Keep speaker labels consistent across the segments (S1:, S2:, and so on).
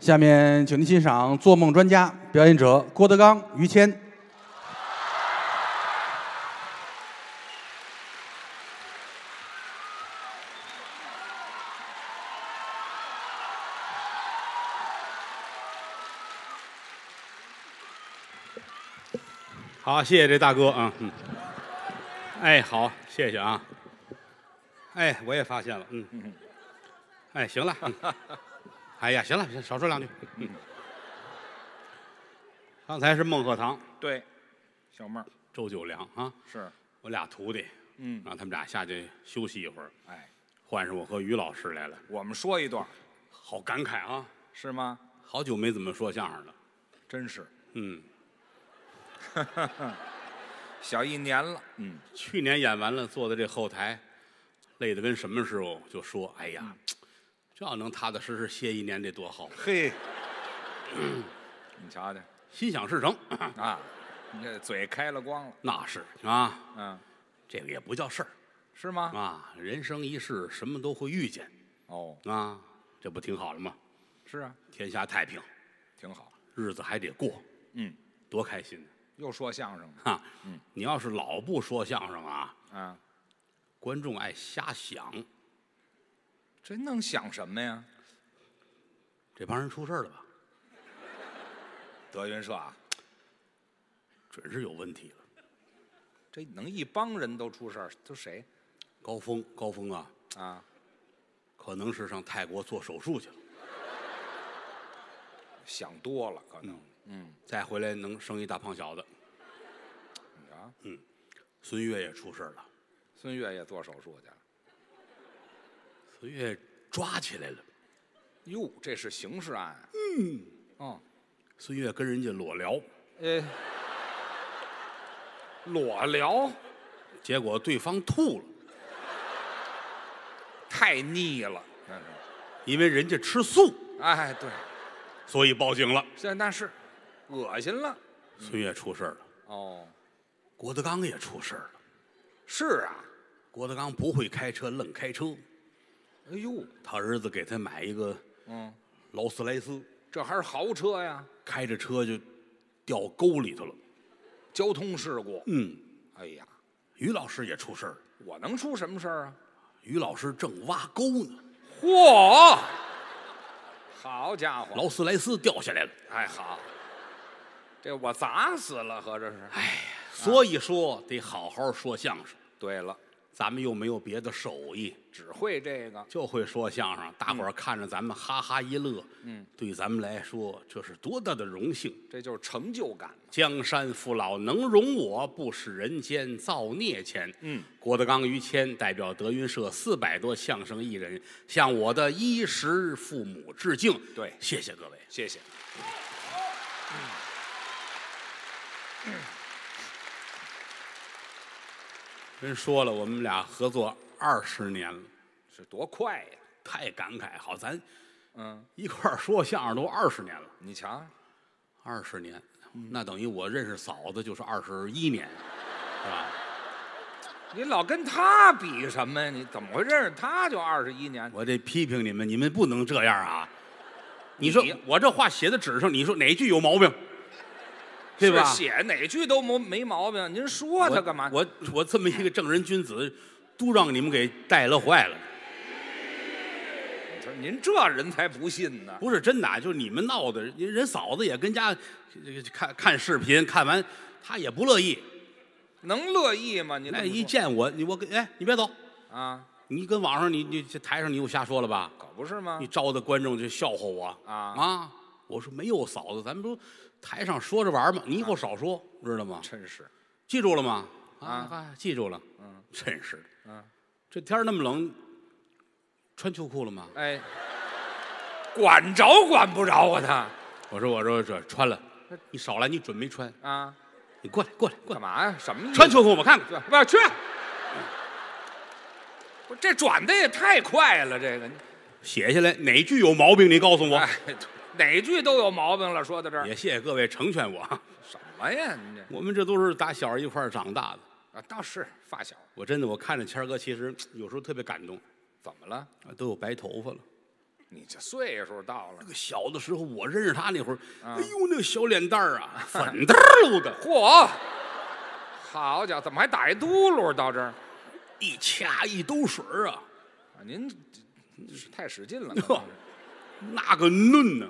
S1: 下面，请您欣赏《做梦专家》，表演者郭德纲、于谦。
S2: 好，谢谢这大哥啊。嗯。哎，好，谢谢啊。哎，我也发现了，嗯。哎，行了。嗯哎呀，行了，行少说两句。嗯。刚才是孟鹤堂、
S3: 对，小妹儿
S2: 周九良啊，
S3: 是，
S2: 我俩徒弟，
S3: 嗯，
S2: 让他们俩下去休息一会儿，
S3: 哎，
S2: 换上我和于老师来了，
S3: 我们说一段儿
S2: 好感慨啊，
S3: 是吗？
S2: 好久没怎么说相声了。
S3: 真是
S2: 嗯，
S3: 小一年了，嗯，
S2: 去年演完了，坐在这后台，累得跟什么似的，就说：“哎呀，这要能踏踏实实歇一年，得多好
S3: 嘿，你瞧瞧！”
S2: 心想事成，
S3: 啊，你这嘴开了光了，
S2: 那是啊，
S3: 嗯，
S2: 这个也不叫事儿
S3: 是吗？
S2: 啊，人生一世，什么都会遇见
S3: 哦，
S2: 啊，这不挺好了吗？
S3: 是啊，
S2: 天下太平，
S3: 挺好，
S2: 日子还得过，
S3: 嗯，
S2: 多开心呢
S3: 又说相声了
S2: 哈！你要是老不说相声啊，
S3: 啊，
S2: 观众爱瞎想，
S3: 这能想什么呀？
S2: 这帮人出事儿了吧？
S3: 德云社啊，
S2: 准是有问题了。
S3: 这能一帮人都出事儿，都谁
S2: 高峰，高峰啊，
S3: 啊？
S2: 可能是上泰国做手术去了，
S3: 想多了可能，
S2: 再回来能生一大胖小子。
S3: 啊，
S2: 孙越也出事儿了，
S3: 孙越也做手术去了，
S2: 孙越抓起来了，
S3: 哟，这是刑事案啊，嗯，哦，
S2: 孙越跟人家裸聊，
S3: 呃，裸聊
S2: 结果对方吐了，
S3: 太腻了，那是。
S2: 因为人家吃素，
S3: 哎，对，
S2: 所以报警了。
S3: 这那是恶心了。
S2: 孙越出事儿了，
S3: 哦，
S2: 郭德纲也出事儿了。
S3: 是啊，
S2: 郭德纲不会开车，愣开车，
S3: 哎呦，
S2: 他儿子给他买一个
S3: 嗯，
S2: 劳斯莱斯，
S3: 这还是豪车呀，
S2: 开着车就掉沟里头了。
S3: 交通事故。
S2: 嗯，
S3: 哎呀，
S2: 于老师也出事儿了，
S3: 我能出什么事儿啊？
S2: 于老师正挖沟呢，
S3: 嚯，好家伙，
S2: 劳斯莱斯掉下来了。
S3: 哎好，这我砸死了，合着是。
S2: 哎，所以说得好好说相声。
S3: 对了，
S2: 咱们又没有别的手艺，
S3: 只会这个，
S2: 就会说相声。大
S3: 嗯
S2: 伙儿看着咱们哈哈一乐，嗯，对咱们来说这是多大的荣幸！
S3: 这就是成就感。
S2: 江山父老能容我，不使人间造孽钱。
S3: 嗯，
S2: 郭德纲、于谦代表德云社四百多相声艺人，向我的衣食父母致敬。
S3: 对
S2: 谢谢各位。
S3: 谢谢。
S2: 人说了，我们俩合作二十年了，
S3: 是多快呀！
S2: 太感慨。好，咱
S3: 嗯，
S2: 一块儿说相声都二十年了。
S3: 你瞧，
S2: 二十年，那等于我认识嫂子就是二十一年，是吧？
S3: 你老跟他比什么呀？你怎么会认识他就二十一年？
S2: 我这批评你们，你们不能这样啊！你说
S3: 你
S2: 我这话写在纸上，你说哪句有毛病？对吧
S3: 是？写哪句都没没毛病，您说他干嘛？
S2: 我我我这么一个正人君子，都让你们给带了坏了。
S3: 我说您这人才不信呢！
S2: 不是真的啊，就是你们闹的。人人嫂子也跟家呃看看视频，看完她也不乐意。
S3: 能乐意吗？你这
S2: 那
S3: 么
S2: 一
S3: 说
S2: 见我，你我跟哎，你别走，
S3: 啊，
S2: 你跟网上你你这台上你又瞎说了吧？
S3: 可不是吗
S2: 你？招的观众就笑话我
S3: 啊
S2: 我说没有嫂子，咱们不台上说着玩儿嘛，你以后少说，知道吗？
S3: 真是
S2: 记住了吗？啊，记住了。嗯，真是的。
S3: 嗯，
S2: 这天儿那么冷，穿秋裤了吗？
S3: 哎，管着管不着啊他
S2: 我说我说这穿了，你少来，你准没穿，
S3: 啊，
S2: 你过来过来过
S3: 干
S2: 来，
S3: 嘛呀？什么意思
S2: 穿秋裤我看看。
S3: 去不去？不是这转的也太快了，这个
S2: 写下来哪句有毛病，你告诉我。
S3: 哎，对哪句都有毛病了。说到这儿，
S2: 也谢谢各位成全我啊，
S3: 什么呀？你这
S2: 我们这都是打小一块儿长大的。
S3: 啊，倒是发小，
S2: 我真的我看着谦儿哥，其实有时候特别感动，
S3: 怎么了？
S2: 啊都有白头发了，
S3: 你这岁数到了
S2: 那，个小的时候，我认识他那会儿，
S3: 啊
S2: 哎呦，那个小脸蛋儿啊，粉嘟噜的，
S3: 嚯，好家伙，怎么还打一嘟噜到这儿？
S2: 一掐一兜水儿啊，
S3: 啊您这是太使劲了，可
S2: 呵
S3: 能是
S2: 那个嫩呢、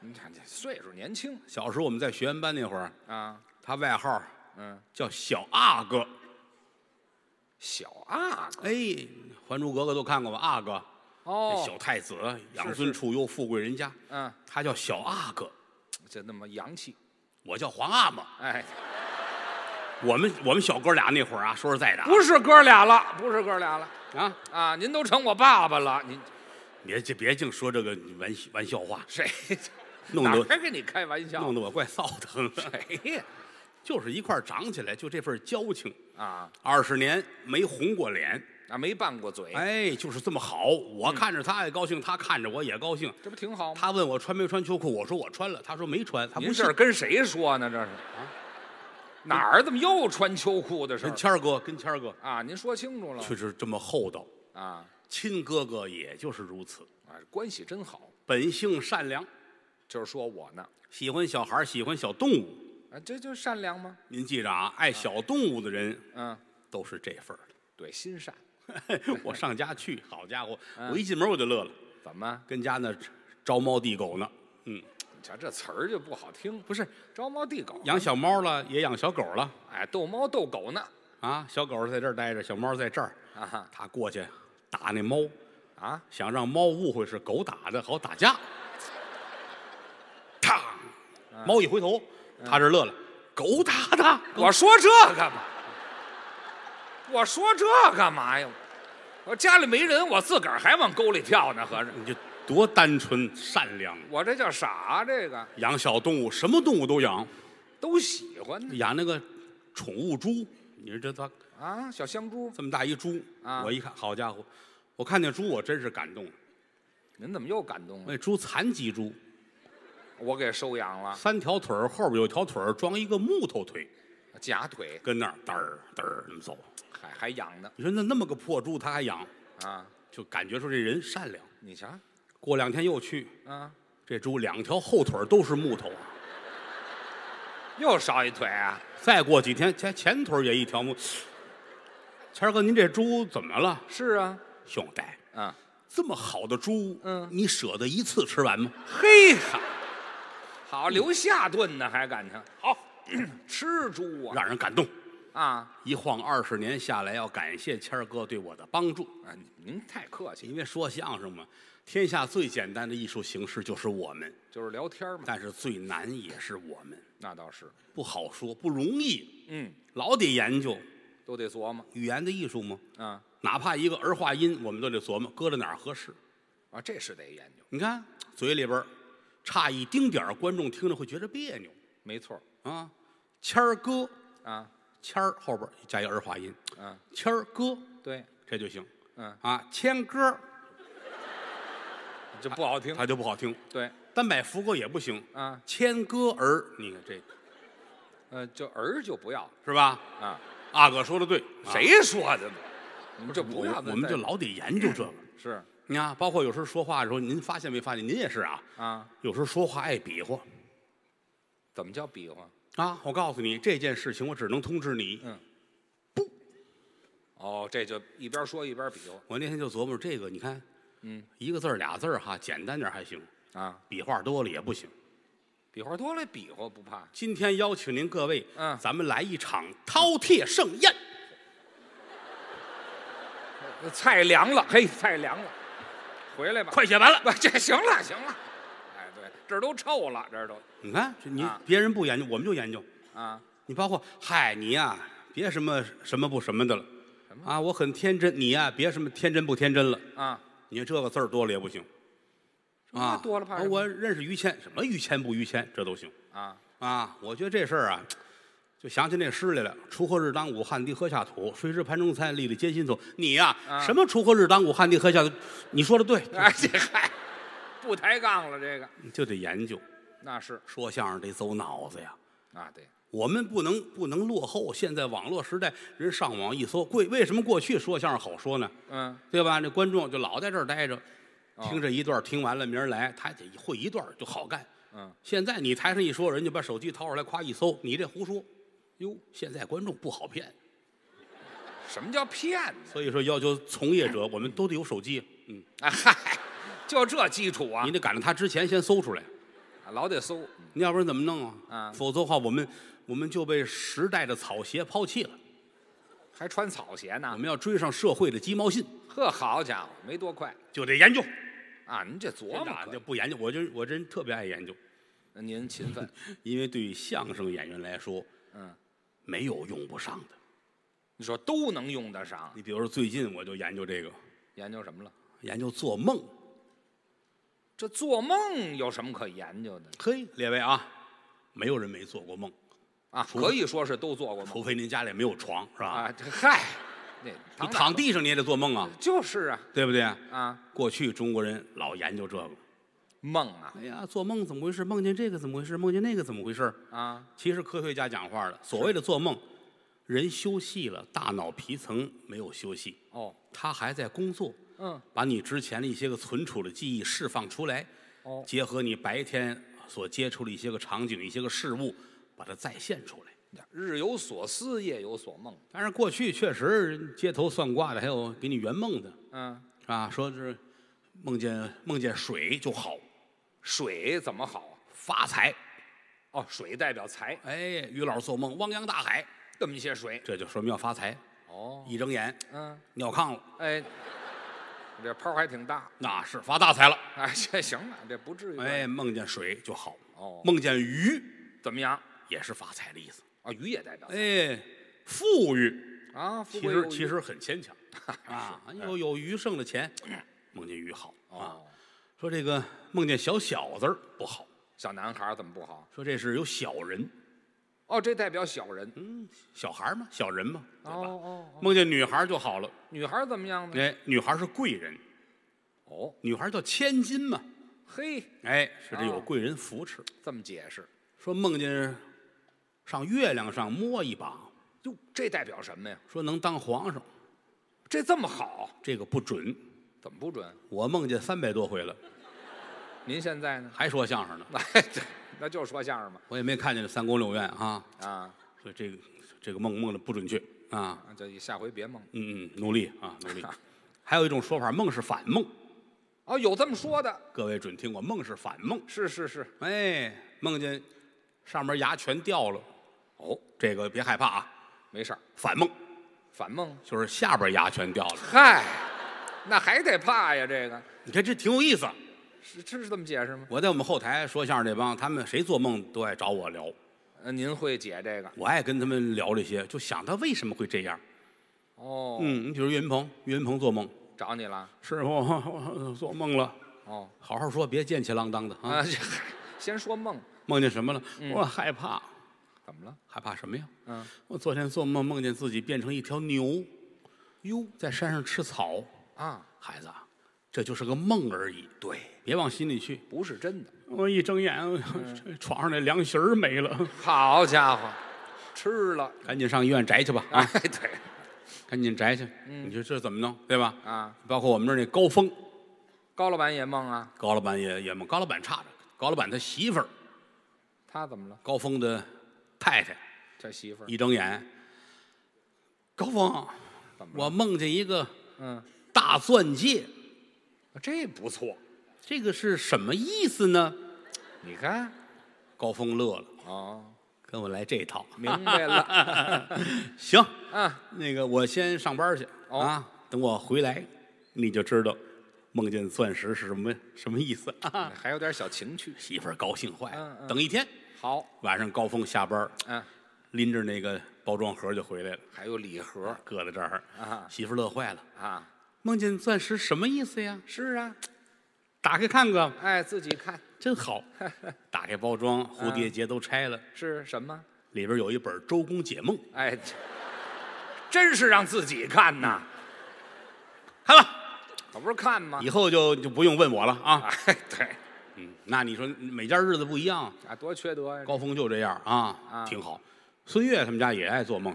S3: 您看这岁数年轻
S2: 小时候我们在学员班那会儿，
S3: 啊，
S2: 他外号
S3: 嗯，
S2: 叫小阿哥。
S3: 小啊阿哥
S2: 哎，《还珠格格》都看过吧？阿哥，那小
S3: 哦，
S2: 太子，养尊处优，富贵人家，
S3: 嗯，
S2: 他叫小阿哥，
S3: 就那么洋气，
S2: 我叫皇阿玛。
S3: 哎，
S2: 我们我们小哥俩那会儿啊，说实在的啊，
S3: 不是哥俩了，不是哥俩了
S2: 啊，
S3: 啊，您都成我爸爸了，您
S2: 别这别净说这个玩玩笑话，
S3: 谁？
S2: 弄
S3: 哪
S2: 得
S3: 还跟你开玩笑
S2: 弄得我怪臊腾的。
S3: 谁呀？
S2: 就是一块儿长起来，就这份交情，
S3: 啊，
S2: 二十年没红过脸，
S3: 啊，没拌过嘴，
S2: 哎，就是这么好。我看着他也高兴，他看着我也高兴。
S3: 这不挺好吗？
S2: 他问我穿没穿秋裤，我说我穿了，他说没穿，他不
S3: 您
S2: 信
S3: 这。是跟谁说呢？这是啊，哪儿怎么又穿秋裤的事
S2: 跟
S3: 儿
S2: 谦儿哥，跟谦儿哥
S3: 啊？您说清楚了
S2: 确实这么厚道，
S3: 啊
S2: 亲哥哥也就是如此，
S3: 啊，关系真好。
S2: 本性善良，
S3: 就是说我呢，
S2: 喜欢小孩儿，喜欢小动物。
S3: 啊，这就善良吗？
S2: 您记着啊，爱小动物的人
S3: 嗯，
S2: 都是这份儿
S3: 对，心善。
S2: 的。 我上家去，好家伙，
S3: 嗯
S2: 我一进门我就乐了，
S3: 怎么？
S2: 跟家呢招猫递狗呢，嗯，
S3: 你瞧这词儿就不好听，不是招猫递狗，
S2: 养小猫了，也养小狗了。
S3: 哎，逗猫逗狗呢。
S2: 啊，小狗在这儿待着，小猫在这儿，
S3: 啊哈
S2: 它过去打那猫，
S3: 啊，
S2: 想让猫误会是狗打的，好打架。嘡，猫一回头，它这乐了，狗打的，
S3: 我说这干嘛？我说这干嘛呀？我家里没人，我自个儿还往沟里跳呢，合着
S2: 你这多单纯善良。
S3: 我这叫傻，啊这个
S2: 养小动物，什么动物都养，
S3: 都喜欢呢
S2: 养那个宠物猪。你说这它
S3: 啊，小香猪。
S2: 这么大一猪，
S3: 啊
S2: 我一看，好家伙，我看见猪我真是感动了。
S3: 您怎么又感动了？
S2: 那猪残疾猪，
S3: 我给收养了
S2: 三条腿儿后边有条腿儿装一个木头腿，
S3: 假腿，
S2: 跟那儿嘚儿嘚儿那么走。
S3: 还还养呢
S2: 你说那那么个破猪他还养，
S3: 啊！
S2: 就感觉说这人善良。
S3: 你瞧
S2: 过两天又去，
S3: 啊，
S2: 这猪两条后腿都是木头啊，
S3: 又少一腿啊！
S2: 再过几天前前腿也一条木。谦儿哥，您这猪怎么了，
S3: 是啊，
S2: 兄弟？
S3: 啊，
S2: 这么好的猪，
S3: 嗯
S2: 你舍得一次吃完吗？
S3: 嘿哈，好留下顿呢，还敢呢？
S2: 好，
S3: 吃猪啊
S2: 让人感动。
S3: 啊！
S2: 一晃二十年下来，要感谢谦儿哥对我的帮助，
S3: 啊，您太客气，
S2: 因为说相声嘛，天下最简单的艺术形式就是我们，
S3: 就是聊天嘛。
S2: 但是最难也是我们，
S3: 那倒是，
S2: 不好说，不容易。
S3: 嗯，
S2: 老得研究
S3: 都得琢磨
S2: 语言的艺术吗？
S3: 啊
S2: 哪怕一个儿化音，我们都得琢磨搁到哪儿合适。
S3: 啊，这是得研究，
S2: 你看嘴里边儿差一丁点儿，观众听着会觉得别扭
S3: 没错
S2: 啊。谦儿哥，
S3: 啊，
S2: 谦儿后边儿加一儿化音，
S3: 嗯、
S2: 谦儿哥
S3: 对，
S2: 这就行
S3: 嗯、
S2: 啊。谦哥
S3: 这不好听，
S2: 它就不好听，
S3: 啊对
S2: 单摆副歌也不行。
S3: 啊，
S2: 谦哥儿，你看这
S3: 呃，就儿就不要了
S2: 是吧？
S3: 啊，
S2: 阿哥说的对，啊
S3: 谁说的呢？你们就
S2: 我
S3: 不要再
S2: 我们就
S3: 再
S2: 老得研究这个。
S3: 是
S2: 你看，包括有时候说话的时候，您发现没发现？您也是啊，
S3: 啊，
S2: 有时候说话爱比划。
S3: 怎么叫比划？
S2: 啊，我告诉你这件事情，我只能通知你。
S3: 嗯哦，这就一边说一边比划
S2: 我那天就琢磨这个，你看，
S3: 嗯，
S2: 一个字儿俩字儿哈，简单点儿还行，
S3: 啊，
S2: 笔画多了也不行。
S3: 比划多了比划不怕，
S2: 今天邀请您各位，
S3: 嗯
S2: 咱们来一场饕餮盛宴。
S3: 菜凉了，嘿，菜凉了，回来吧，
S2: 快写完了，
S3: 不，这行了行了，哎，对，这儿都臭了，这儿都
S2: 你看，这你
S3: 啊
S2: 别人不研究，我们就研究。
S3: 啊，
S2: 你包括，嗨，你呀、别什么什么不什么的了，
S3: 什
S2: 啊，我很天真，你呀、别什么天真不天真了，
S3: 啊，
S2: 你这个字儿多了也不行。
S3: 么
S2: 啊，
S3: 多了怕什么
S2: 我认识于谦，什么于谦不于谦，这都行。
S3: 啊，
S2: 啊，我觉得这事儿啊，就想起那诗来了：“锄禾日当午，汗滴禾下土。谁知盘中餐，粒粒皆辛苦。”你呀、
S3: 啊
S2: 什么锄禾日当午，汗滴禾下土？你说的对，
S3: 哎，这嗨，不抬杠了，这个
S2: 就得研究。
S3: 那是
S2: 说相声得走脑子呀，
S3: 啊，对，
S2: 我们不能不能落后。现在网络时代，人上网一搜，贵为什么过去说相声好说呢？
S3: 嗯
S2: 对吧？那观众就老在这儿待着，
S3: 哦
S2: 听这一段，听完了明儿来，他得会一段就好干。
S3: 嗯，
S2: 现在你台上一说，人家把手机掏出来，夸一搜，你这胡说，哟，现在观众不好骗，
S3: 什么叫骗呢？
S2: 所以说要求从业者，我们都得有手机，嗯，
S3: 哎嗨，就这基础啊
S2: 你，得赶着他之前先搜出来，
S3: 老得搜。
S2: 你要不然怎么弄啊？
S3: 啊
S2: 否则的话，我们我们就被时代的草鞋抛弃了，
S3: 还穿草鞋
S2: 我
S3: 呢，
S2: 们要追上社会的鸡毛信，
S3: 呵，好家伙，没多快
S2: 就得研究。
S3: 啊！您这琢
S2: 真的
S3: 磨
S2: 啊
S3: 可
S2: 就不研究，我就我这人特别爱研究，
S3: 以，您勤奋，
S2: 因为对于相声演员来说，
S3: 嗯，
S2: 没有用不上的。
S3: 你说都能用得上。
S2: 你比如说最近我就研究这个，
S3: 研究什么了？
S2: 研究做梦。
S3: 这做梦有什么可研究的
S2: 嘿，列位啊，没有人没做过梦，
S3: 啊？
S2: 除
S3: 可以说是都做过梦
S2: 除非您家里没有床，是吧？
S3: 啊。这嗨，那
S2: 你
S3: 躺哪
S2: 躺地上你也得做梦啊，
S3: 就是啊
S2: 对不对？
S3: 啊
S2: 过去中国人老研究这个，
S3: 梦啊
S2: 哎呀，做梦怎么回事？梦见这个怎么回事？梦见那个怎么回事？
S3: 啊
S2: 其实科学家讲话了，所谓的做梦，人休息了，大脑皮层没有休息，
S3: 哦
S2: 它还在工作，
S3: 嗯
S2: 把你之前的一些个存储的记忆释放出来，
S3: 哦
S2: 结合你白天所接触的一些个场景、一些个事物，把它再现出来。
S3: 日有所思夜有所梦
S2: 当然，过去确实街头算卦的，还有给你圆梦的，
S3: 嗯
S2: 是吧？说是梦见梦见水就好，
S3: 水怎么好啊
S2: 发财。
S3: 哦水代表财
S2: 哎，于老师做梦汪洋大海，
S3: 这么一些水
S2: 这就说明要发财。
S3: 哦
S2: 一睁眼
S3: 嗯
S2: 尿炕了，
S3: 哎这泡还挺大
S2: 那是发大财了。
S3: 哎这行了这不至于
S2: 哎，梦见水就好，
S3: 哦
S2: 梦见鱼
S3: 怎么样
S2: 也是发财的意思。
S3: 啊鱼也代表财
S2: 哎，富裕。
S3: 啊富
S2: 其
S3: 贵
S2: 实
S3: 有余哎
S2: 其实很牵 强啊，有有余剩的钱，梦见鱼好啊。
S3: 哦
S2: 说这个梦见小小子儿不好，
S3: 小男孩怎么不好
S2: 说这是有小人，
S3: 哦这代表小人
S2: 小孩儿嘛，小人嘛，嗯对
S3: 哦
S2: 吧？
S3: 哦哦
S2: 梦见女孩儿就好了，
S3: 女孩怎么样呢
S2: 哎，女孩儿是贵人，
S3: 哦
S2: 女孩儿叫千金嘛，
S3: 嘿
S2: 哎，是这有
S3: 哦
S2: 贵人扶持。
S3: 这么解释
S2: 说梦见上月亮上摸一把，
S3: 哟这代表什么呀
S2: 说能当皇上，
S3: 这这么好
S2: 这个不准。
S3: 怎么不准
S2: 我梦见三百多回了，
S3: 您现在呢？
S2: 还说相声呢，
S3: 哎，对，那就说相声嘛。
S2: 我也没看见这三宫六院啊。
S3: 啊，
S2: 所以这个这个梦梦的不准确啊，
S3: 那就下回别梦。
S2: 嗯嗯，努力啊，努力。还有一种说法，梦是反梦，
S3: 哦，有这么说的，
S2: 各位准听过，梦是反梦。
S3: 是是是。
S2: 哎，梦见上面牙全掉了，
S3: 哦，
S2: 这个别害怕啊，
S3: 没事儿，
S2: 反梦
S3: 反梦。
S2: 就是下边牙全掉了。
S3: 嗨，那还得怕呀？这个
S2: 你看这挺有意思。
S3: 是是是这么解释吗？
S2: 我在我们后台说相声这帮，他们谁做梦都爱找我聊，
S3: 呃，您会解这个？
S2: 我爱跟他们聊这些，就想他为什么会这样。
S3: 哦，
S2: 嗯，你比如岳云鹏，岳云鹏做梦，
S3: 找你了。
S2: 师傅 我做梦了，
S3: 哦，
S2: 好好说，别贱气浪当的啊
S3: 啊，。 这嗨先说梦，
S2: 梦见什么了？我害怕，
S3: 怎么了？
S2: 害怕什么呀？
S3: 嗯，
S2: 我昨天做梦梦见自己变成一条牛，
S3: 哟
S2: 在山上吃草。
S3: 啊，
S2: 孩子啊，这就是个梦而已，对，别往心里去。
S3: 不是真的。
S2: 我一睁眼，
S3: 嗯
S2: 床上那凉席儿没了，
S3: 好家伙，吃了。
S2: 赶紧上医院摘去吧
S3: 哎
S2: 啊，，
S3: 对
S2: 赶紧摘去。
S3: 嗯
S2: 你说这怎么弄，对吧？
S3: 啊，
S2: 包括我们这儿那高峰，
S3: 高老板也梦啊，
S2: 高老板也也梦，高老板差着，高老板他媳妇儿，
S3: 他怎么了？
S2: 高峰的太太，
S3: 这媳妇儿
S2: 一睁眼，高峰，
S3: 怎么了？
S2: 我梦见一个
S3: 嗯，
S2: 大钻戒。
S3: 这不错。
S2: 这个是什么意思呢？
S3: 你看，
S2: 高峰乐了，
S3: 哦，
S2: 跟我来这一套。
S3: 明白了
S2: 行，
S3: 啊，
S2: 那个我先上班去、
S3: 哦
S2: 啊，等我回来，你就知道梦见钻石是什么什么意思、 啊。
S3: 还有点小情趣。
S2: 媳妇儿高兴坏了，
S3: 嗯嗯
S2: 等一天
S3: 好，
S2: 晚上高峰下班，
S3: 嗯，
S2: 拎着那个包装盒就回来了，
S3: 还有礼盒
S2: 搁在这儿，
S3: 啊
S2: 媳妇儿乐坏了。
S3: 啊，
S2: 梦见钻石什么意思呀？
S3: 是啊，
S2: 打开看看，
S3: 哎，自己看
S2: 真 好。打开包装，
S3: 嗯
S2: 蝴蝶结都拆了，
S3: 是什么？
S2: 里边有一本《周公解梦》，
S3: 哎，这真是让自己看呐，
S2: 看吧。
S3: 可不是看吗？
S2: 以后就就不用问我了啊。
S3: 哎，对
S2: 嗯，那你说每家日子不一样，
S3: 啊，多缺德呀！
S2: 高峰就这样啊，
S3: 啊
S2: 挺好。孙越他们家也爱做梦，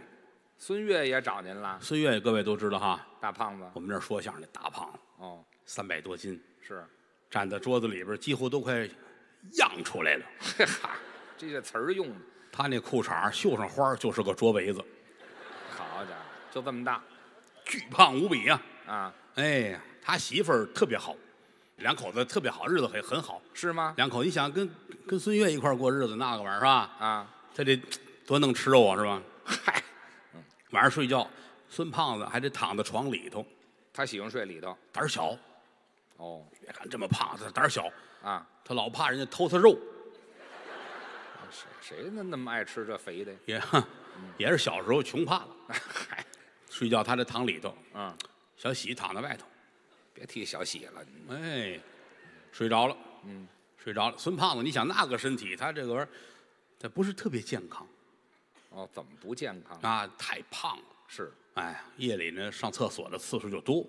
S3: 孙越也找您了，
S2: 孙越各位都知道哈，
S3: 大胖子。
S2: 我们这儿说相声的大胖子，
S3: 哦，
S2: 三百多斤，
S3: 是，
S2: 站在桌子里边几乎都快漾出来了。
S3: 嘿哈，这些词儿用的，
S2: 他那裤衩绣上花儿就是个桌围子，
S3: 好家伙，就这么大
S2: 巨胖无比呀、
S3: 啊？
S2: 哎呀，他媳妇儿特别好，两口子特别好，日子很很好。
S3: 是吗？
S2: 两口子，你想跟跟孙越一块儿过日子，那个玩意儿是吧？
S3: 啊，
S2: 他得多能吃肉啊，是吧？
S3: 嗨，
S2: 晚上睡觉，孙胖子还得躺在床里头，
S3: 他喜欢睡里头。
S2: 胆儿小。
S3: 哦，
S2: 别看这么胖，他胆儿小，
S3: 啊，
S2: 他老怕人家偷他肉，
S3: 谁谁那那么爱吃这肥的呀？
S2: 也也是小时候穷 怕了。
S3: 嗨，
S2: 睡觉他得躺里头，
S3: 嗯，
S2: 小喜躺在外头，
S3: 别提小喜了，你
S2: 哎，睡着了，嗯，睡着了。孙胖子，你想那个身体，他这个玩意儿，他不是特别健康
S3: 哦，怎么不健康？
S2: 啊，太胖了。
S3: 是，
S2: 哎呀，夜里呢上厕所的次数就多，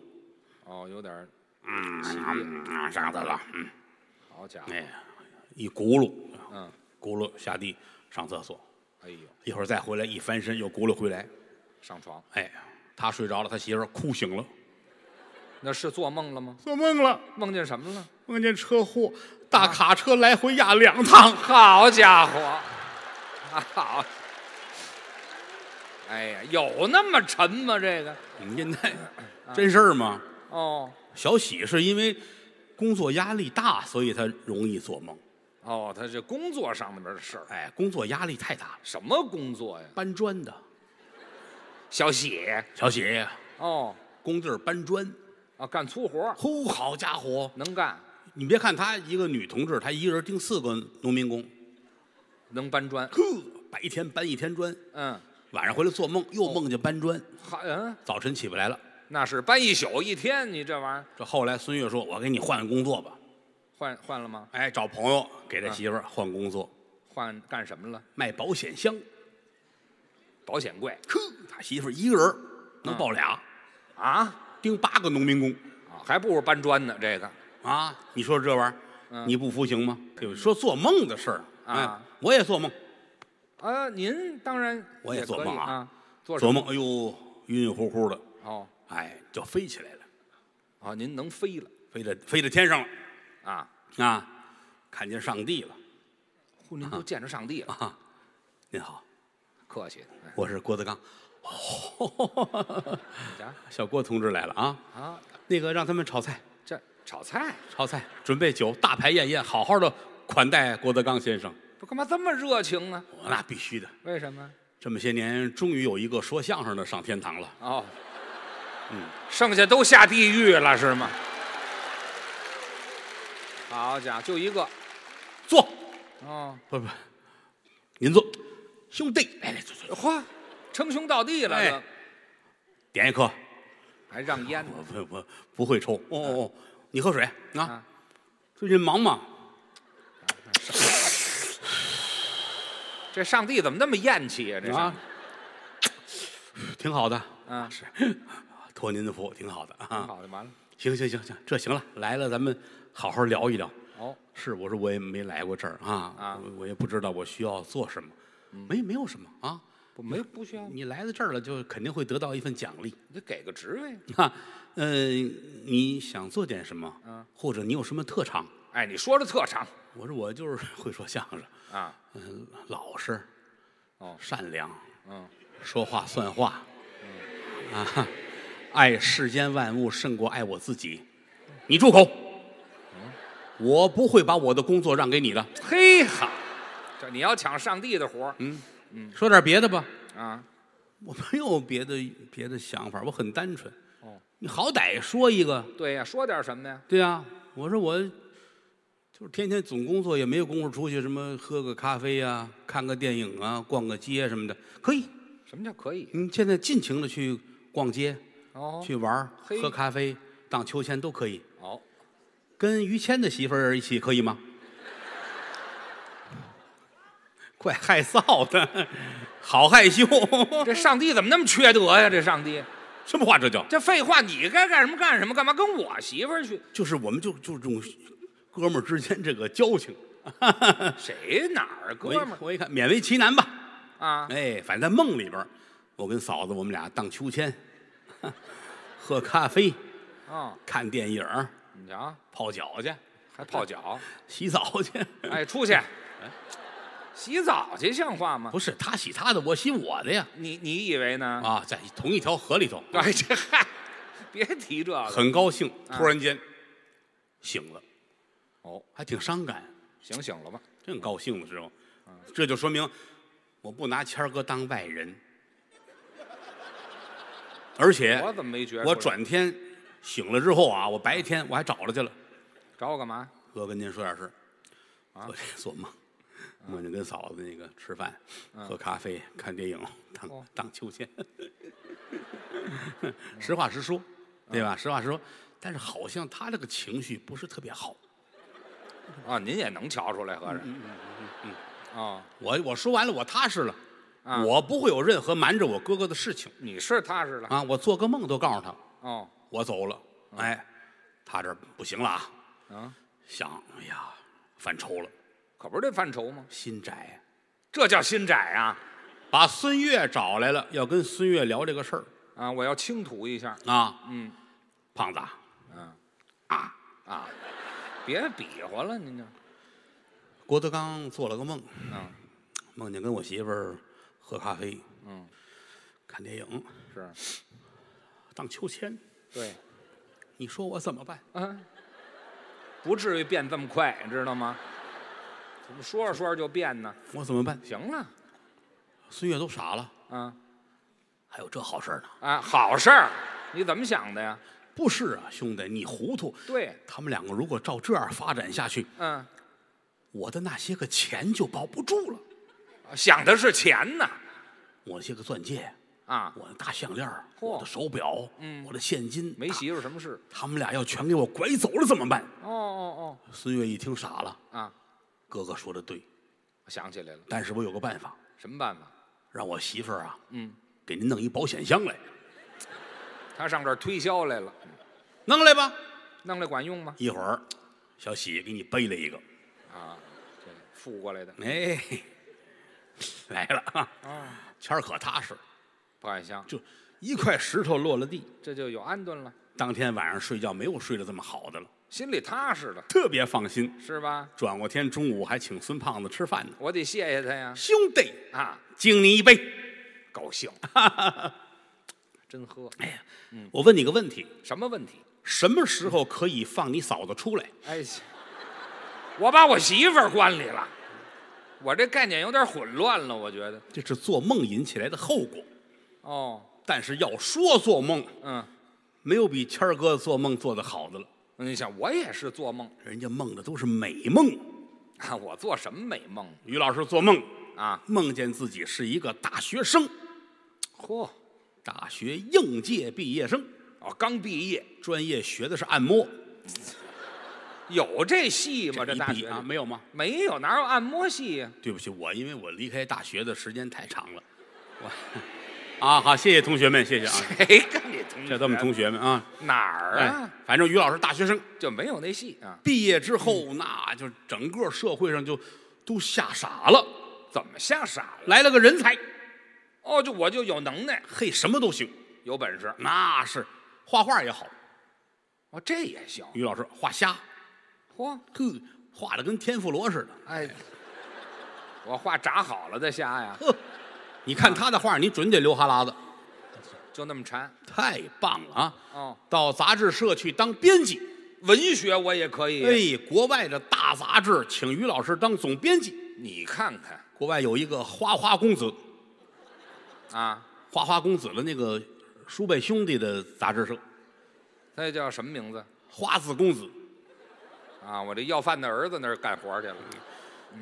S3: 哦，有点儿起夜。
S2: 嗯，上厕所，嗯，
S3: 好家伙，
S2: 哎呀，一轱辘，
S3: 嗯，
S2: 轱辘下地上厕所，
S3: 哎呦，
S2: 一会儿再回来，一翻身又轱辘回来，
S3: 上床
S2: 哎，他睡着了，他媳妇儿哭醒了，
S3: 那是做梦了吗？
S2: 做梦了，
S3: 梦见什么了？
S2: 梦见车祸，大卡车来回压两 趟，
S3: 好家伙，啊 好，哎呀，有那么沉吗？这个
S2: 你现在真事儿吗？
S3: 哦
S2: 小喜是因为工作压力大，所以他容易做梦，
S3: 哦，他这工作上面的事儿，
S2: 哎，工作压力太大了，
S3: 什么工作呀？
S2: 搬砖的
S3: 小喜
S2: 小喜
S3: 哦
S2: 工地儿搬砖，
S3: 啊，干粗活儿
S2: 呼，好家伙！
S3: 能干，
S2: 你别看她一个女同志，她一个人盯四个农民工，
S3: 能搬砖，
S2: 呵，白天搬一天砖，
S3: 嗯，
S2: 晚上回来做梦又梦见搬砖，
S3: 好，嗯，
S2: 早晨起不来了。
S3: 那是搬一宿一天，你这玩意儿
S2: 这后来孙越说：“我给你换个工作吧。
S3: 换换了吗”？
S2: 哎，找朋友给
S3: 啊
S2: 他媳妇儿换工作，
S3: 换干什么了？
S2: 卖保险箱。
S3: 保险柜
S2: 呵，他媳妇儿一个人儿能抱俩，
S3: 啊
S2: 盯八个农民工
S3: 啊，还不如搬砖呢，这个
S2: 啊！你说这玩意儿，你不服行吗？对吧？说做梦的事儿，哎
S3: 嗯啊，
S2: 我也做梦，
S3: 啊，您当然
S2: 我也
S3: 也
S2: 做
S3: 可以
S2: 梦啊
S3: 啊，做什
S2: 做
S3: 么
S2: 梦，哎呦，晕晕乎乎的，
S3: 哦
S2: 哎，就飞起来了，
S3: 啊，您能飞了
S2: 飞到飞到天上了。
S3: 啊。
S2: 啊，看见上帝了。
S3: 呼，您都
S2: 啊
S3: 见着上帝了，
S2: 您好，
S3: 客气。哎
S2: 我是郭德纲。
S3: 你瞧
S2: 小郭同志来了啊，
S3: 啊，
S2: 那个让他们炒菜，
S3: 这炒菜
S2: 炒菜，准备酒，大排宴宴，好好的款待郭德纲先生。
S3: 不干嘛这么热情呢？
S2: 我那必须的，
S3: 为什么？
S2: 这么些年终于有一个说相声的上天堂了。
S3: 哦，嗯，剩下都下地狱了是吗？好家伙，就一个
S2: 坐，
S3: 哦，
S2: 不不，您坐，兄弟，来来坐坐，
S3: 嚯，称兄道弟了，
S2: 哎
S3: 这
S2: 点一颗。
S3: 还让烟呢
S2: 我不不不会抽。哦哦哦，你喝水啊
S3: 啊。
S2: 最近忙吗？
S3: 这上帝怎么那么厌气呀？这上
S2: 啊
S3: 帝，
S2: 挺好的，
S3: 嗯，
S2: 是，托您的福，挺好的啊。
S3: 好的，完了。
S2: 行行行行，这行了，来了咱们好好聊一聊。
S3: 哦，
S2: 是，我说我也没来过这儿啊，
S3: 啊嗯
S2: 我我也不知道我需要做什么，没没有什么啊。
S3: 不没不需要，
S2: 你来到这儿了，就肯定会得到一份奖励。
S3: 你给个职位。
S2: 哈、嗯、你想做点什么？
S3: 嗯
S2: 或者你有什么特长？
S3: 哎，你说这特长
S2: 我说我就是 会说相声，
S3: 啊，
S2: 嗯，老实，
S3: 哦
S2: 善良，
S3: 嗯，
S2: 说话算话，啊，爱世间万物胜过爱我自己。你住口！我不会把我的工作让给你的。
S3: 嗯嘿哈，这你要抢上帝的活儿
S2: 嗯说点别的吧，
S3: 啊。
S2: 我没有别的别的想法，我很单纯。
S3: 哦，
S2: 你好歹说一个，
S3: 对呀、说点什么呀？
S2: 对呀、啊我说我就是天天总工作，也没有功夫出去什么喝个咖啡呀、看个电影啊、逛个街什么的。可以，
S3: 什么叫可以？
S2: 你现在尽情的去逛街、
S3: 哦，
S2: 去玩儿、
S3: 嘿
S2: 喝咖啡、荡秋千都可以。
S3: 哦，
S2: 跟于谦的媳妇儿一起可以吗？ 怪害臊的，好害羞，
S3: 这上帝怎么那么缺德呀？这上帝，
S2: 什么话这叫？
S3: 这废话，你该干什么干什么，干嘛跟我媳妇儿去？
S2: 就是我们就就这种哥们儿之间这个交情。
S3: 谁哪儿哥
S2: 我一
S3: 们儿
S2: 嗯我一看勉为其难吧，
S3: 啊？
S2: 哎，反正在梦里边儿，我跟嫂子 我们俩荡秋千，喝咖啡，
S3: 哦，
S2: 看电影儿，
S3: 你瞧，
S2: 泡脚去，嗯
S3: 还泡脚，
S2: 洗澡去。
S3: 哎，出去，
S2: 嗯
S3: 洗澡去像话吗？
S2: 不是他洗他的，我洗我的呀。
S3: 你你以为呢？
S2: 啊，在同一条河里头，
S3: 哎，这嗨，别提这个。
S2: 很高兴，
S3: 啊
S2: 突然间醒了，
S3: 哦，
S2: 还挺伤感，
S3: 醒醒了吧？
S2: 正高兴的时候，
S3: 啊
S2: 这就说明我不拿谦儿哥当外人，而且
S3: 我怎么没觉出来
S2: 我转天醒了之后啊，我白天我还找了去了，
S3: 找我干嘛？
S2: 哥跟您说点事儿，
S3: 啊
S2: 昨天做梦，梦见跟嫂子那个吃饭、喝咖啡、看电影，荡
S3: 嗯哦
S2: 荡秋千。 实话实说，对
S3: 嗯
S2: 吧？实话实说，但是好像他这个情绪不是特别好。
S3: 啊，您也能瞧出来，合着。啊，
S2: 我我说完了，我踏实了，
S3: 啊
S2: 我不会有任何瞒着我哥哥的事情
S3: 你是踏实了。
S2: 啊！我做个梦都告诉他，
S3: 哦，
S2: 我走了。哎，他这儿不行了啊，
S3: 嗯啊，
S2: 想，哎呀，犯愁了，
S3: 可不是这范畴吗？
S2: 心窄，啊
S3: 这叫心窄啊！
S2: 把孙越找来了，要跟孙越聊这个事儿。
S3: 啊，我要清吐一下。
S2: 啊，
S3: 嗯，
S2: 胖子啊，
S3: 啊，别比划了，您这。
S2: 郭德纲做了个梦，
S3: 嗯，
S2: 梦见跟我媳妇儿喝咖啡，
S3: 嗯，
S2: 看电影，
S3: 是，
S2: 荡秋千，
S3: 对，
S2: 你说我怎么办？
S3: 嗯，不至于变这么快，知道吗？怎么说着说着就变呢？
S2: 我怎么办？
S3: 行了，
S2: 孙越都傻了，
S3: 啊
S2: 还有这好事儿呢？
S3: 啊，好事儿，你怎么想的呀？
S2: 不是啊，兄弟，你糊涂。
S3: 对，
S2: 他们两个如果照这样发展下去，
S3: 嗯，
S2: 我的那些个钱就保不住了。
S3: 想的是钱呢，
S2: 我那些个钻戒，
S3: 啊，
S2: 我的大项链儿，
S3: 嚯嗯
S2: 我的手表，我的现金，
S3: 没媳妇什么事？
S2: 他们俩要全给我拐走了怎么办？
S3: 哦哦
S2: 孙越一听傻了，
S3: 哦，啊，
S2: 哥哥说的对，
S3: 想起来了，
S2: 但是我有个办法，
S3: 什么办法？
S2: 让我媳妇儿啊，
S3: 嗯，
S2: 给您弄一保险箱来，
S3: 他上这儿推销来了，
S2: 弄来吧。
S3: 弄来管用吗？
S2: 一会儿，小喜给你背了一个，
S3: 啊，这付过来的
S2: 哎， 来了啊，
S3: 啊，
S2: 谦儿可踏实，
S3: 保险箱，
S2: 就一块石头落了地。
S3: 这就有安顿了，
S2: 当天晚上睡觉没有睡得这么好的了，
S3: 心里踏实了，
S2: 特别放心。
S3: 是吧？
S2: 转过天中午还请孙胖子吃饭呢，
S3: 我得谢谢他呀，
S2: 兄弟，
S3: 啊，
S2: 敬你一杯。
S3: 高兴， 真喝，嗯
S2: 我问你个问题，
S3: 什么问题？
S2: 什么时候可以放你嫂子出来？
S3: 哎，我把我媳妇儿关里了，我这概念有点混乱了，我觉得。
S2: 这是做梦引起来的后果。
S3: 哦，
S2: 但是要说做梦，
S3: 嗯，
S2: 没有比谦儿哥做梦做得好的了。
S3: 你想我也是做梦
S2: 人家梦的都是美梦。
S3: 啊，我做什么美梦
S2: 于老师做梦，
S3: 啊？
S2: 梦见自己是一个大学生，
S3: 嚯，
S2: 大学应届毕业生，
S3: 哦，刚毕业，
S2: 专业学的是按摩。
S3: 有这戏吗？这
S2: 一
S3: 大
S2: 比
S3: 学
S2: 啊，
S3: 里
S2: 没有吗？
S3: 没有，哪有按摩戏啊 呀？
S2: 对不起，我因为我离开大学的时间太 长了，我啊，好，谢谢同学们，谢谢啊，
S3: 谁跟你同学？
S2: 这咱们同学们啊，
S3: 哪儿
S2: 哎
S3: 啊？，
S2: 反正于老师大学生
S3: 就没有那戏啊？
S2: 毕业之后，那就整个社会上就都吓傻了，
S3: 怎么吓傻了？
S2: 来了个人才，
S3: 哦，就我就有能耐，
S2: 嘿，什么都行，
S3: 有本事，
S2: 那是画画也好，
S3: 哦，这也行。
S2: 于老师画虾，
S3: 嚯，
S2: 呵，画的跟天妇罗似的。
S3: 哎，我话炸好了再下呀，
S2: 呵，你看他的画，你准得流哈喇子，
S3: 就那么馋。
S2: 太棒了啊！
S3: 哦，
S2: 到杂志社去当编辑，
S3: 文学我也可以。
S2: 哎，国外的大杂志请于老师当总编辑。
S3: 你看看
S2: 国外有一个花花公子，
S3: 啊，
S2: 花花公子的那个叔辈兄弟的杂志社，
S3: 那叫什么名字
S2: 花子公子，
S3: 啊？我这要饭的儿子那儿干活去了。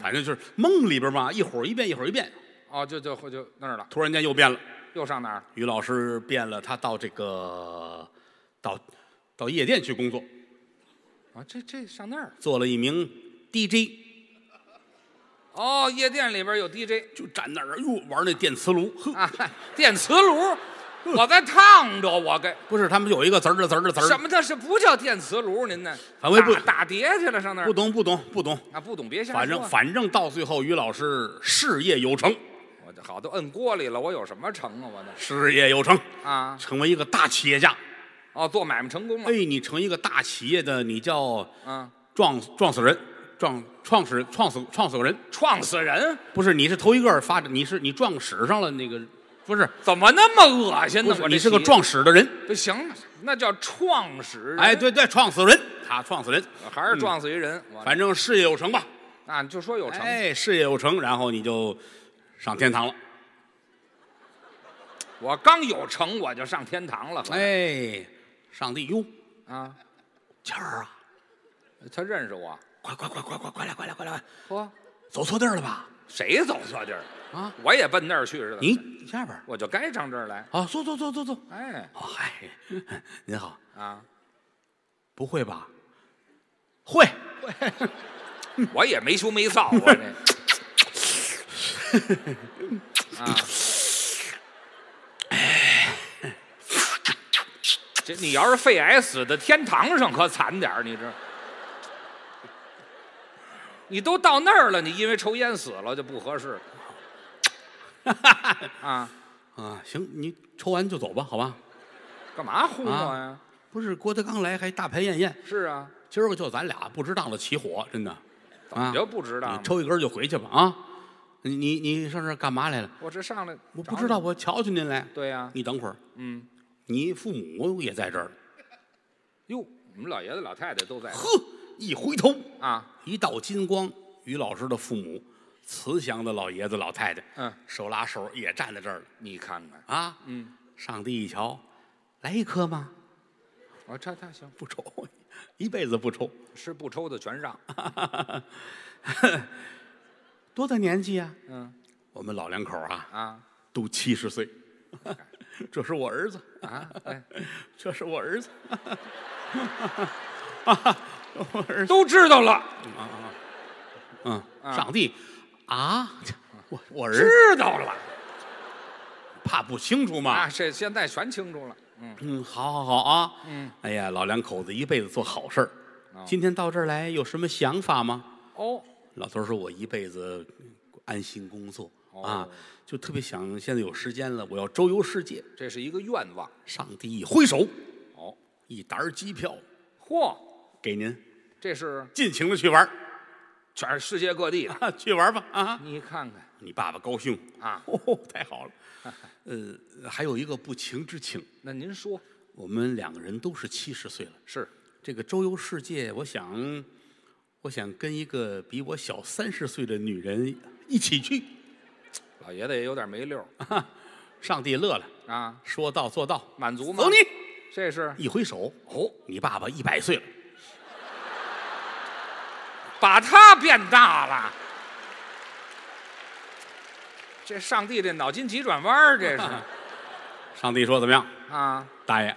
S2: 反正就是梦里边嘛，一会儿一变，一会儿一变，
S3: 哦，就就就那儿了，
S2: 突然间又变了。
S3: 又上哪儿？
S2: 于老师变了，他到这个到到夜店去工作，
S3: 啊，这这上那儿。
S2: 做了一名 DJ。
S3: 哦，夜店里边有 DJ
S2: 就站那儿，哟，玩那电磁炉。呵，
S3: 啊，嗨电磁炉，我在烫着我该。
S2: 不是，他们有一个滋儿的滋儿的滋儿的。
S3: 什么？这是不叫电磁炉？您呢？
S2: 反胃不
S3: 打打碟去了，上那儿
S2: 不懂，不懂，不懂。
S3: 啊？不懂别瞎说。
S2: 反正反正到最后，于老师事业有成，
S3: 我这好嗯都摁锅里了，我有什么成啊？我
S2: 事业有成，
S3: 那啊
S2: 成为一个大企业家。
S3: 哦，做买卖成功了
S2: 哎，你成一个大企业的，你叫
S3: 啊，
S2: 撞撞死人，撞创始人撞死撞死个人，
S3: 撞死人，
S2: 不是你是头一个发展，你是你撞屎上了那个，不是
S3: 怎么那么恶心
S2: 不
S3: 呢？
S2: 是
S3: 我这
S2: 你是个
S3: 企业
S2: 撞屎的人，
S3: 不行了，那叫创始人。
S2: 哎，，对对，撞死人，他撞死人，
S3: 还是撞死一人。我
S2: 反正事业有成吧，
S3: 啊，你就说有成，
S2: 哎，事业有成，然后你就上天堂了，
S3: 我刚有成我就上天堂了。
S2: 哎，上帝哟，
S3: 啊，
S2: 谦儿啊，
S3: 他认识我。
S2: 快快快快快快来快来快来，
S3: 嚯，
S2: 走错地儿了吧？
S3: 谁走错地儿
S2: 啊？
S3: 我也奔那儿去似的。
S2: 你下边儿
S3: 我就该上这儿来。
S2: 啊，坐坐坐坐坐，
S3: 哎
S2: 哦嗨，您好，
S3: 啊，
S2: 不会吧？会，
S3: 我也没羞没臊， 我这。啊，哎这你要是肺癌死在天堂上，可惨点儿，你这。你都到那儿了，你因为抽烟死了 就不合适啊！
S2: 啊，行，你抽完就走吧，好吧？
S3: 干嘛轰我
S2: 啊
S3: 呀？
S2: 不是郭德纲来还大排宴宴，
S3: 是啊，
S2: 今儿个就咱俩不值当的起火，真的。啊
S3: 怎么就不值当
S2: 你
S3: 呢？
S2: 抽一根儿就回去吧啊！你你你上这儿干嘛来了？
S3: 我这上来，
S2: 我不知道，。我瞧瞧您来。
S3: 对呀、
S2: 你等会儿，
S3: 嗯，
S2: 你父母也在这儿。
S3: 哟，我们老爷子老太太都在
S2: 呵，一回头，
S3: 啊。
S2: 一道金光，于老师的父母，慈祥的老爷子老太太，
S3: 嗯，
S2: 手拉手也站在这儿了
S3: 你看看，
S2: 啊。
S3: 嗯，
S2: 上帝一瞧，来一颗吗？
S3: 我这啊他行，
S2: 不抽， 一辈子不抽。
S3: 是不抽的全让。
S2: 多大年纪啊？
S3: 嗯
S2: 我们老两口啊，
S3: 啊
S2: 都七十岁。 这是我儿子，
S3: 啊，哎，
S2: 这是我儿子。啊，我儿子
S3: 都知道了，
S2: 嗯，
S3: 啊
S2: 上帝啊，我我儿
S3: 知
S2: 子
S3: 道了
S2: 怕不清楚
S3: 啊，
S2: 嘛。
S3: 这现在全清楚了。嗯
S2: 嗯，好好好啊。
S3: 嗯，
S2: 哎呀，老两口子一辈子做好事儿
S3: 哦，
S2: 今天到这儿来有什么想法吗？
S3: 哦，
S2: 老头儿说：“我一辈子安心工作
S3: 哦
S2: 啊，就特别想现在有时间了，我要周游世界。
S3: 这是一个愿望。”
S2: 上帝一挥手，
S3: 哦，
S2: 一沓儿机票
S3: 嚯，
S2: 给您，
S3: 这是
S2: 尽情的去玩儿
S3: 全是世界各地的。
S2: 啊，去玩儿吧 啊！
S3: 你看看
S2: 你爸爸高兴，
S3: 啊，
S2: 哦，太好了。 呃，还有一个不情之请，
S3: 那您说
S2: 我们两个人都是七十岁了，
S3: 是？
S2: 这个周游世界，我想，我想跟一个比我小三十岁的女人一起去。
S3: 老爷子也有点没溜儿
S2: 上帝乐了，
S3: 啊，
S2: 说到做到，
S3: 满足吗？
S2: 走你！
S3: 这是
S2: 一挥手，
S3: 哦，
S2: 你爸爸一百岁了，
S3: 把他变大了。这上帝这脑筋急转弯儿，这 是
S2: 上帝说怎么样？
S3: 啊。
S2: 大爷，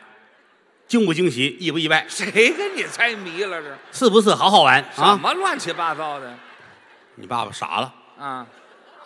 S2: 惊不惊喜，意不意外，
S3: 谁跟你猜谜了这？
S2: 是不是好好玩
S3: 什
S2: 啊？
S3: 么乱七八糟的
S2: 你爸爸傻了
S3: 啊！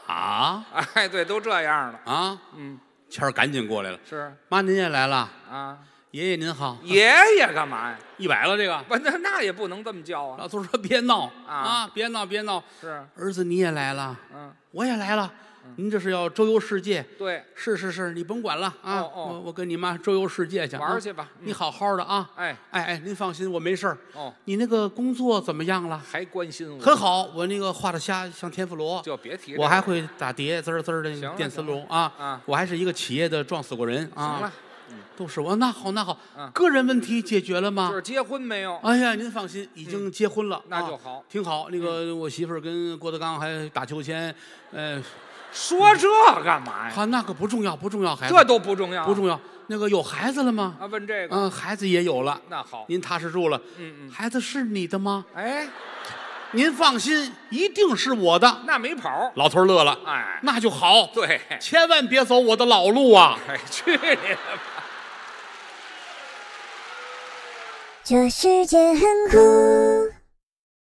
S2: 啊
S3: 哎，对，都这样了。
S2: 啊！
S3: 嗯，
S2: 谦儿赶紧过来了，
S3: 是
S2: 妈您也来了，
S3: 啊。
S2: 爷爷您好，
S3: 爷爷干嘛呀？
S2: 一百了这个。
S3: 不，那那也不能这么叫啊。
S2: 老头说别闹
S3: 啊
S2: 啊，别闹别闹，
S3: 是，
S2: 儿子你也来了，
S3: 嗯，
S2: 我也来了，您这是要周游世界？
S3: 对，
S2: 是是是，你甭管了啊，
S3: 哦哦
S2: 我我跟你妈周游世界去啊
S3: 玩儿去吧嗯
S2: 你好好的啊，
S3: 哎
S2: 哎哎，您放心，我没事儿。
S3: 哦，
S2: 你那个工作怎么样了？
S3: 还关心我，
S2: 很，好，我那个画的虾像天妇罗，
S3: 就别提这个。
S2: 我还会打碟滋儿滋儿的那
S3: 行
S2: 个
S3: 了
S2: 电磁炉
S3: 行了
S2: 啊
S3: 啊
S2: 我还是一个企业的撞死过人啊，
S3: 行了，
S2: 都是我那好那好、
S3: 嗯
S2: 个人问题解决了吗？
S3: 就是结婚没有？
S2: 哎呀，您放心，已经结婚了，
S3: 嗯那就
S2: 啊
S3: 好嗯
S2: 挺好。那个我媳妇儿跟郭德纲还打秋千，呃，
S3: 说这干嘛呀？
S2: 啊，那个不重要，不重要，孩子
S3: 这都不重要，
S2: 不重要。那个有孩子了吗？
S3: 啊。问这个，
S2: 嗯，孩子也有了，
S3: 那好，
S2: 您踏实住了。
S3: 嗯嗯，
S2: 孩子是你的吗？
S3: 哎，
S2: 您放心，一定是我的。
S3: 那没跑儿，
S2: 老头儿乐了，
S3: 哎，
S2: 那就好，
S3: 对，
S2: 千万别走我的老路啊！
S3: 哎，去你的吧！
S4: 这世界很酷。